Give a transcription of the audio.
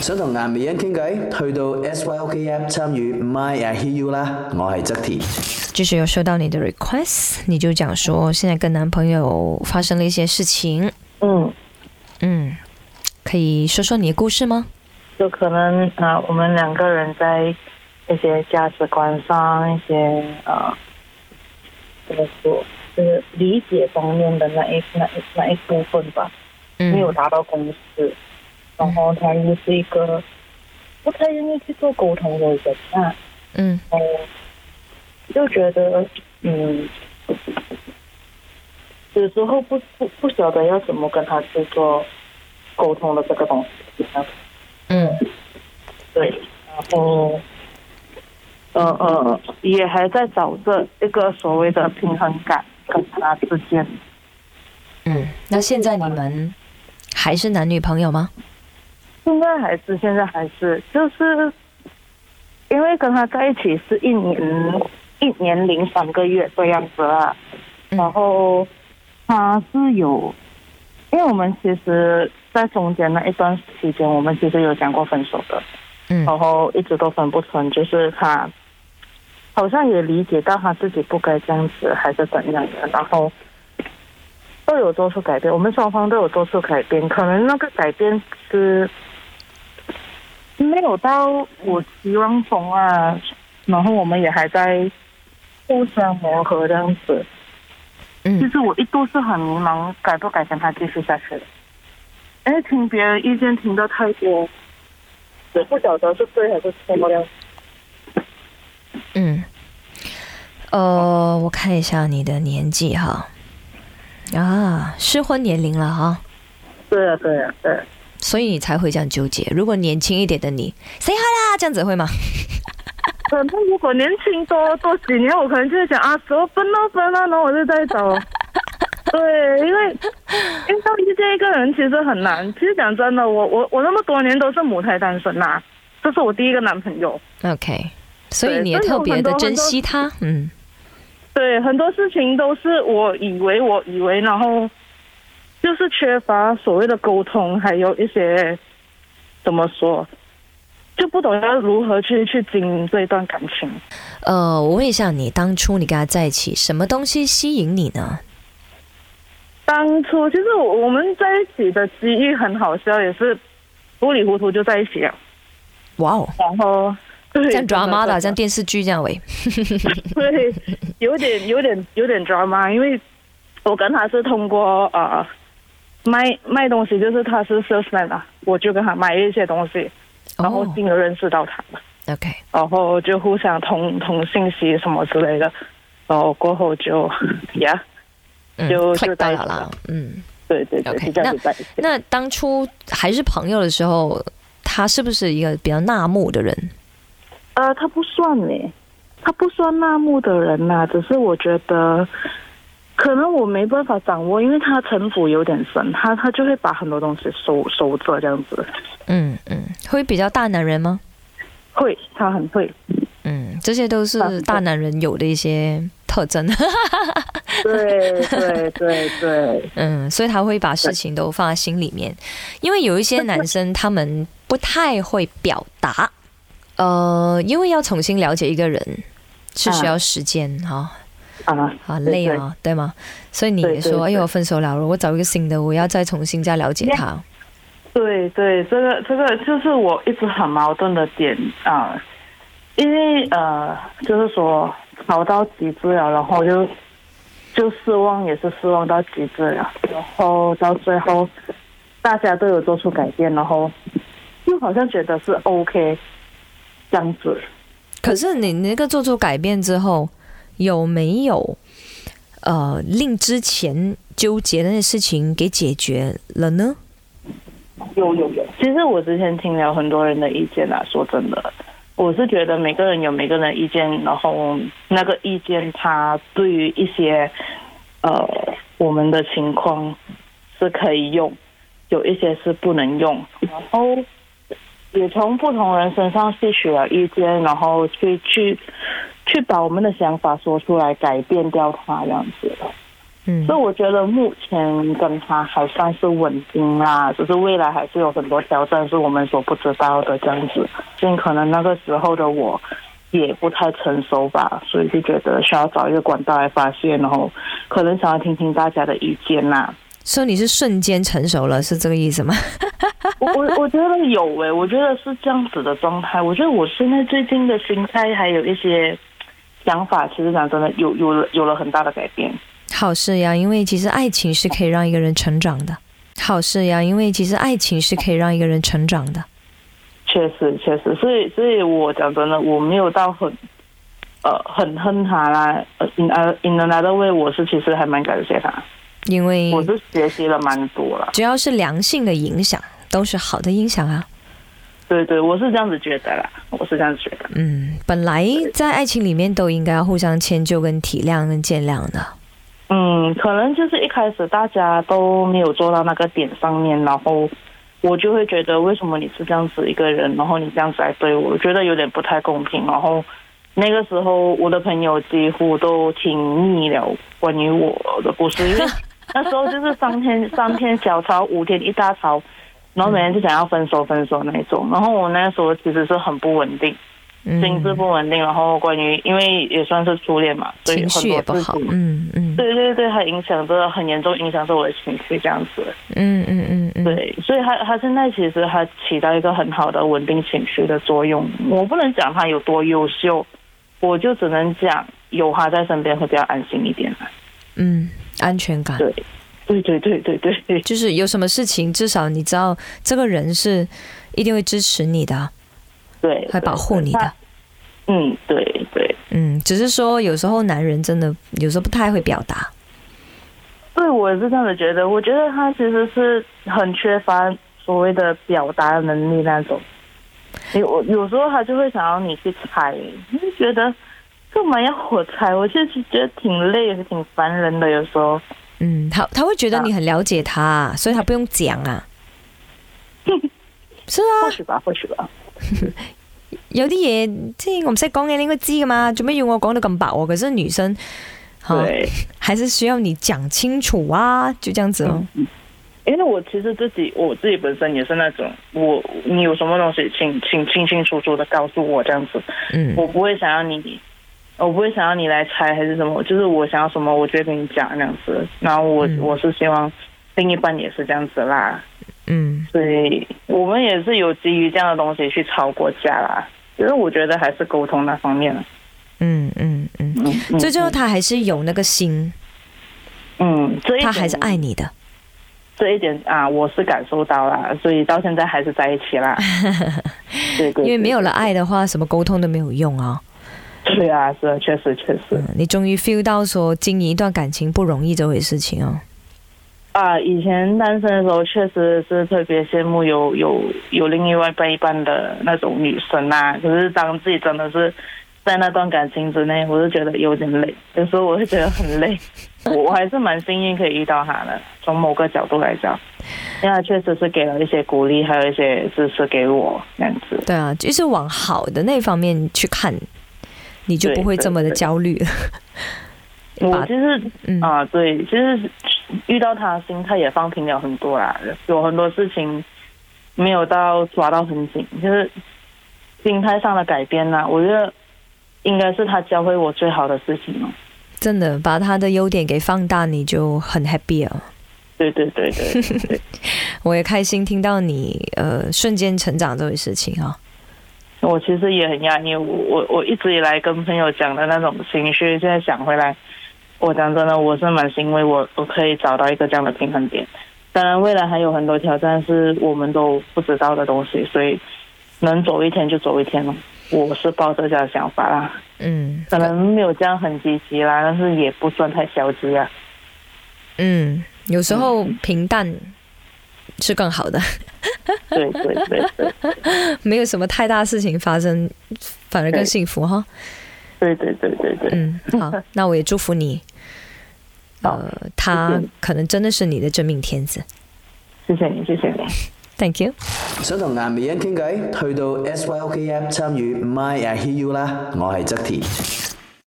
想同顏美欣傾偈，去到 SYOKM 參與 My I Hear You 啦，我係側田。就是有收到你的 request，你就讲说现在跟男朋友发生了一些事情，嗯，嗯，可以说说你的故事吗？就可能啊、呃我们两个人在一些价值观上，一些啊、呃，怎么说，就是理解方面的那一那一那一部分吧，没有嗯达到共识。然后他又是一个不太愿意去做沟通的人啊，嗯然后就觉得嗯，有时候不不不晓得要怎么跟他去做沟通的这个东西。嗯对，然后，呃呃，也还在找这一个所谓的平衡感跟他之间。嗯。那现在你们还是男女朋友吗？现在还是现在还是，就是因为跟他在一起是一年一年零三个月这样子啦，嗯然后他是有，因为我们其实，在中间那一段期间，我们其实有讲过分手的，嗯然后一直都分不成，就是他好像也理解到他自己不该这样子，还是怎样的，然后都有做出改变，我们双方都有做出改变，可能那个改变是没有到我期望中啊，然后我们也还在互相磨合这样子。其嗯实我一度是很迷茫，该不该跟他继续下去的。因为听别人意见听得太多，也不晓得是对还是错了。嗯。呃，我看一下你的年纪哈。啊，适婚年龄了哈，对啊，对啊，对啊。所以你才会这样纠结。如果年轻一点的你，谁好啦？这样子会吗？可能如果年轻多多几年，我可能就会讲啊，走分咯分咯，然后我就再走。对，因为因为要遇见一个人其实很难。其实讲真的，我我我那么多年都是母胎单身呐、这是我第一个男朋友。 OK，所以对你也所以有特别很的多珍很多惜他，嗯对，很多事情都是我以为我以为，然后就是缺乏所谓的沟通，还有一些怎么说，就不懂要如何去去经营这一段感情。呃，我问一下你，当初你跟他在一起，什么东西吸引你呢？当初其实我我们在一起的机遇很好笑，也是糊里糊涂就在一起了，啊哇哦，然后对，像 drama 的，像真电视剧这样喂，对，有点有点有点 drama，因为我跟他是通过呃卖卖东西，就是他是 salesman 啊，我就跟他买一些东西，然后哦进而认识到他， ，OK，然后就互相通通信息什么之类的，然后过后就 呀，嗯就，click 就到在一了起啦了，嗯，对对对， OK，就这样子在一起。那当初还是朋友的时候，他是不是一个比较纳木的人？呃，他不算呢，他不算纳木的人呐、只是我觉得，可能我没办法掌握，因为他城府有点深，他他就会把很多东西收收着这样子。嗯嗯，会比较大男人吗？会，他很会，嗯，这些都大是男大男人有的一些特征，对对对对，嗯，所以他会把事情都放在心里面，因为有一些男生他们不太会表达，呃，因为要重新了解一个人是需要时间哈、啊，好对累啊，对吗？所以你对也对说，哎对呦，分手了，我找一个新的，我要再重新再了解他。对对，这个这个就是我一直很矛盾的点啊、因为呃，就是说熬到极致了，然后就就失望也是失望到极致了，然后到最后大家都有做出改变，然后又好像觉得是 OK 这样子，可是你你那个做出改变之后，有没有呃令之前纠结的那些事情给解决了呢？有有有。其实我之前听了很多人的意见啦，说真的，我是觉得每个人有每个人的意见，然后那个意见它对于一些呃我们的情况是可以用，有一些是不能用，然后也从不同人身上吸取了意见，然后去去去把我们的想法说出来，改变掉它这样子。嗯所以我觉得目前跟他还算是稳定啦，只是未来还是有很多挑战是我们所不知道的这样子。尽可能那个时候的我也不太成熟吧，所以就觉得需要找一个管道来发泄，然后可能想要听听大家的意见啦。所以你是瞬间成熟了，是这个意思吗？我我我觉得有诶、我觉得是这样子的状态。我觉得我现在最近的心态还有一些想法，其实讲真的有有了有了很大的改变。好事呀，因为其实爱情是可以让一个人成长的。好事呀，因为其实爱情是可以让一个人成长的。确实，确实，所以，所以我讲真的，我没有到很，呃，很恨他啦。呃，in a- in another way，我是其实还蛮感谢他，因为我是学习了蛮多了。只要是良性的影响，都是好的影响啊。对对，我是这样子觉得啦，我是这样子觉得。嗯，本来在爱情里面都应该要互相迁就、跟体谅、跟见谅的。嗯，可能就是一开始大家都没有做到那个点上面，然后我就会觉得为什么你是这样子一个人，然后你这样子来对我，我觉得有点不太公平。然后那个时候，我的朋友几乎都挺腻了关于我的故事，因为 那时候就是三天三天小吵，五天一大吵，然后每天就想要分手分手那一种。然后我那时候其实是很不稳定，嗯，心智不稳定，然后关于因为也算是初恋嘛，所以情很绪也不多事好情。。嗯嗯对对对，它影响着很严重，影响着我的情绪这样子。嗯嗯嗯嗯，对，所以它它现在其实它起到一个很好的稳定情绪的作用。我不能讲它有多优秀，我就只能讲有它在身边会比较安心一点。嗯，安全感。对，对对对对对，就是有什么事情，至少你知道这个人是一定会支持你的，啊对，会保护你的。嗯，对对。嗯，只是说有时候男人真的有时候不太会表达。对，我也是这样子觉得。我觉得他其实是很缺乏所谓的表达能力那种。有有时候他就会想要你去猜，你就觉得干嘛要我猜？我其实觉得挺累，挺烦人的。有时候，嗯，他他会觉得你很了解他、所以他不用讲 啊。是或啊，许吧，或许吧。有啲嘢即係我唔識講嘅，你應該知噶嘛？做咩要我講到咁白喎、可是女生，哈，对，还是需要你講清楚啊，就这样子咯。因为我其实自己我自己本身也是那种，我你有什么东西，请请清清楚楚的告诉我这样子。嗯我不会想要你，我不会想要你来猜还是什么，就是我想要什么，我就会跟你讲那样子。然后我、嗯我是希望另一半也是这样子啦，嗯所以我们也是有基于这样的东西去吵过架啦。其实我觉得还是沟通那方面了。嗯嗯嗯，嗯，嗯最重要，他还是有那個心，嗯，这一他点还是爱你的。这一点啊，我是感受到啦，所以到现在还是在一 起啦。对对，因为没有有了爱的话，什么沟通都没有用啊。对啊，是啊确实确实嗯，你终于 feel 到说经营一段感情不容易这回事情哦。啊，以前单身的时候确实是特别羡慕有有有另外一半的那种女生啊，可是当自己真的是在那段感情之内，我就觉得有点累，有时候我会觉得很累。我我还是蛮幸运可以遇到他的，从某个角度来讲，因为他确实是给了一些鼓励，还有一些支持给我这样子。对啊，就是往好的那方面去看，你就不会这么的焦 虑了。我把其实嗯啊，对，其实遇到他心态也放平了很多啦，有很多事情没有到抓到很紧，就是心态上的改变啦。我觉得应该是他教会我最好的事情哦。真的把他的优点给放大，你就很 happy 了。对对对对，我也开心听到你呃瞬间成长这回事情啊。我其实也很压抑，我我我一直以来跟朋友讲的那种情绪，现在想回来，我讲真的，我是蛮欣慰我，我可以找到一个这样的平衡点。当然，未来还有很多挑战是我们都不知道的东西，所以能走一天就走一天了。我是抱着这样的想法啦，嗯，可能没有这样很积极啦，但是也不算太消极啊。嗯，有时候平淡是更好的， 对对对对没有什么太大事情发生，反而更幸福哈。对对对对对，嗯，好，那我也祝福你。好呃，他谢谢可能真的是你的真命天子。谢谢你，谢谢你。 Thank you。想同顏美欣傾偈，去到 SYOK App 參與 My I Hear You 啦，我係側田。